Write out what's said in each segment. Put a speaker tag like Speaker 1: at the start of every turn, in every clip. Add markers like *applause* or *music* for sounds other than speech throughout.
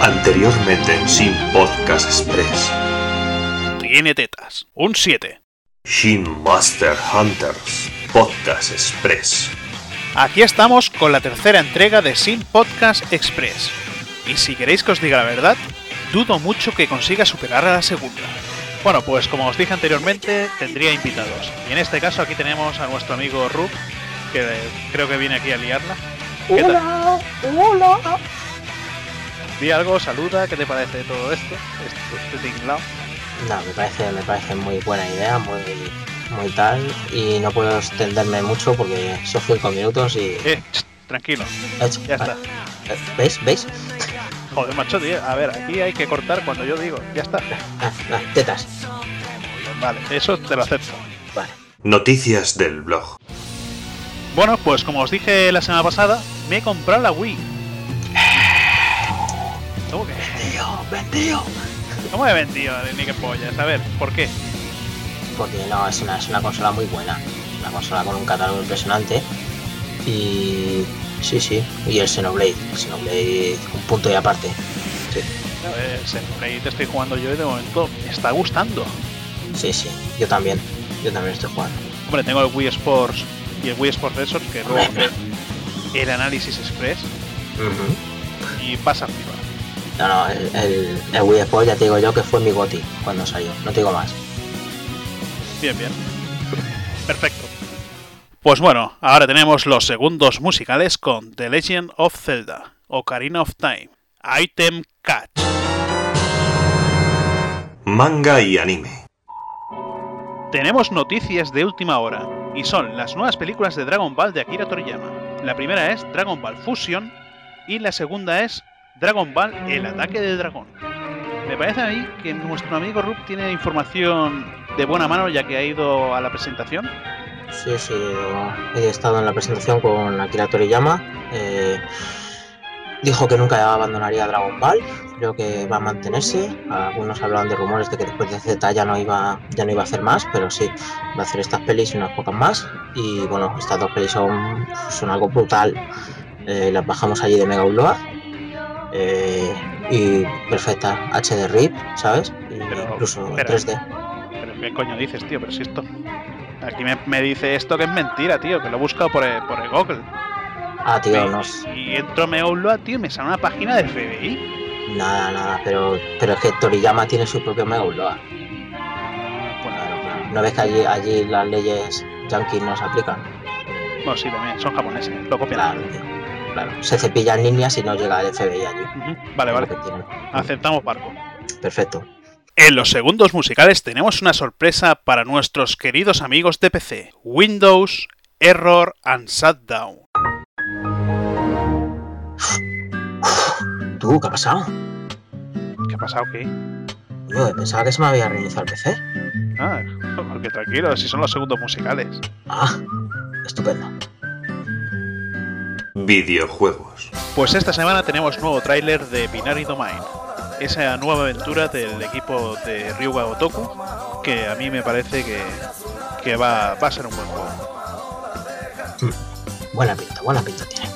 Speaker 1: Anteriormente en Shin Podcast Express,
Speaker 2: Tiene tetas. Un 7.
Speaker 1: Shin Master Hunters Podcast Express.
Speaker 2: Aquí estamos con la tercera entrega de Sin Podcast Express. Y si queréis que os diga la verdad, dudo mucho que consiga superar a la segunda. Bueno, pues como os dije anteriormente, tendría invitados. Y en este caso aquí tenemos a nuestro amigo Rub, que eh, creo que viene aquí a liarla. ¿Qué tal?
Speaker 3: Hola, hola.
Speaker 2: Di algo, saluda, ¿qué te parece de todo esto? Este, este tinglao.
Speaker 3: No, me parece, me parece muy buena idea, muy, muy tal. Y no puedo extenderme mucho porque son cinco minutos y.
Speaker 2: Eh, ch, tranquilo,
Speaker 3: Ech,
Speaker 2: ya está.
Speaker 3: vale. Eh, ¿Veis? ¿Veis?
Speaker 2: Joder, macho, tío, a ver, aquí hay que cortar cuando yo digo, ya está.
Speaker 3: Ah, ah, tetas.
Speaker 2: Vale, eso te lo acepto.
Speaker 3: Vale.
Speaker 1: Noticias del blog.
Speaker 2: Bueno, pues como os dije la semana pasada, me he comprado la Wii. *sighs* ¿Cómo que?
Speaker 3: Vendido, vendido.
Speaker 2: ¿Cómo me he vendido ni qué pollas? A ver, ¿por qué?
Speaker 3: Porque no, es una, es una consola muy buena. Una consola con un catálogo impresionante. Y. Sí, sí. Y el Xenoblade. El Xenoblade, un punto y aparte.
Speaker 2: A ver, Xenoblade Pues, te estoy jugando yo y de momento me está gustando.
Speaker 3: Sí, sí. Yo también. Yo también estoy jugando.
Speaker 2: Hombre, tengo el Wii Sports y el Wii Sports Resort que luego haré el análisis express
Speaker 3: Ujú.
Speaker 2: y pasa arriba.
Speaker 3: No, no, el, el, el Wii Sports ya te digo yo que fue mi goti cuando salió, no te digo más.
Speaker 2: Bien, bien. Perfecto. Pues bueno, ahora tenemos los segundos musicales con The Legend of Zelda, Ocarina of Time, Item Catch.
Speaker 1: Manga y anime.
Speaker 2: Tenemos noticias de última hora, y son las nuevas películas de Dragon Ball de Akira Toriyama. La primera es Dragon Ball Fusion y la segunda es Dragon Ball El Ataque del Dragón. Me parece a mí que nuestro amigo Rub tiene información de buena mano ya que ha ido a la presentación.
Speaker 3: Sí, sí, he estado en la presentación con Akira Toriyama. eh, dijo que nunca abandonaría Dragon Ball, creo que va a mantenerse. Algunos hablaban de rumores de que después de Z ya no iba, ya no iba a hacer más, pero sí, va a hacer estas pelis y unas pocas más. Y bueno, estas dos pelis son, son algo brutal. Eh, las bajamos allí de Mega Upload. eh, y perfecta, HD RIP, ¿sabes? Y
Speaker 2: Pero,
Speaker 3: incluso
Speaker 2: espera.
Speaker 3: 3D.
Speaker 2: Pero ¿qué coño dices, tío? Pero si esto... Aquí me, me dice esto que es mentira, tío, que lo he buscado por el, por el Google.
Speaker 3: Ah, tío, no sé.
Speaker 2: Y entro a Meoulua, tío, y me sale una página del FBI.
Speaker 3: Nada, nada, pero, pero es que Toriyama tiene su propio Mega Upload.
Speaker 2: Pues
Speaker 3: Claro, claro. ¿No ves que allí, allí las leyes yankees no se aplican?
Speaker 2: Bueno, sí, también, son japoneses, lo copian.
Speaker 3: Claro, tío. claro. Se cepillan líneas y no llega el FBI allí.
Speaker 2: Ujú, Vale, vale,
Speaker 3: Lo que tienen.
Speaker 2: aceptamos barco.
Speaker 3: Perfecto.
Speaker 2: En los segundos musicales tenemos una sorpresa para nuestros queridos amigos de PC, Windows, Error and Shutdown.
Speaker 3: ¿Tú qué ha pasado?
Speaker 2: ¿Qué ha pasado aquí?
Speaker 3: Yo pensaba que se me había reiniciado el PC.
Speaker 2: Ah, *laughs* porque tranquilo, si son los segundos musicales.
Speaker 3: Ah, estupendo.
Speaker 1: Videojuegos.
Speaker 2: Pues esta semana tenemos nuevo tráiler de Binary Domain, esa nueva aventura del equipo de Ryuga Otoku, que a mí me parece que, que va, va a ser un buen juego.
Speaker 3: Buena pinta, buena pinta tiene.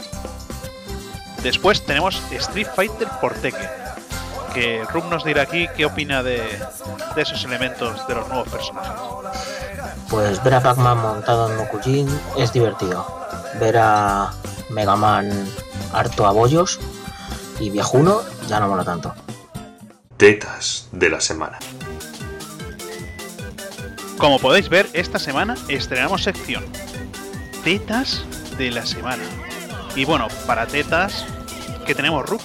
Speaker 2: Después tenemos Street Fighter por Tekken, que Rum nos dirá aquí qué opina de, de esos elementos de los nuevos personajes.
Speaker 3: Pues ver a Pac-Man montado en Mokujin es divertido. Ver a Mega Man harto a bollos y viejuno ya no mola tanto.
Speaker 1: Tetas de la semana.
Speaker 2: Como podéis ver, esta semana estrenamos sección Tetas de la semana. Y bueno, para tetas, ¿qué tenemos, Rup?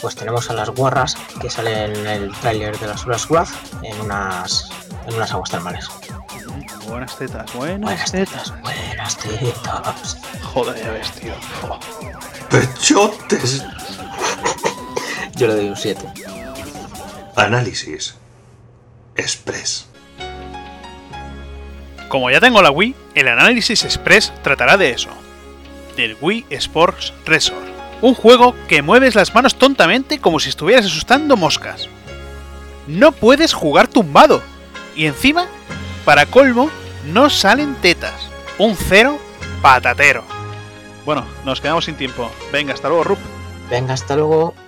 Speaker 3: pues tenemos a las guarras que salen en el tráiler de las horas Wrath en unas, en unas aguas termales.
Speaker 2: Buenas tetas,
Speaker 3: Buenas tetas, buenas tetas.
Speaker 2: Joder, ya ves, tío. Jo.
Speaker 1: Pechotes.
Speaker 3: Yo le doy un 7.
Speaker 1: Análisis. Express.
Speaker 2: Como ya tengo la Wii, el análisis express tratará de eso. Del Wii Sports Resort. Un juego que mueves las manos tontamente como si estuvieras asustando moscas. No puedes jugar tumbado. Y encima, para colmo, no salen tetas. Un cero patatero. Bueno, nos quedamos sin tiempo. Venga, hasta luego, Rup.
Speaker 3: Venga, hasta luego.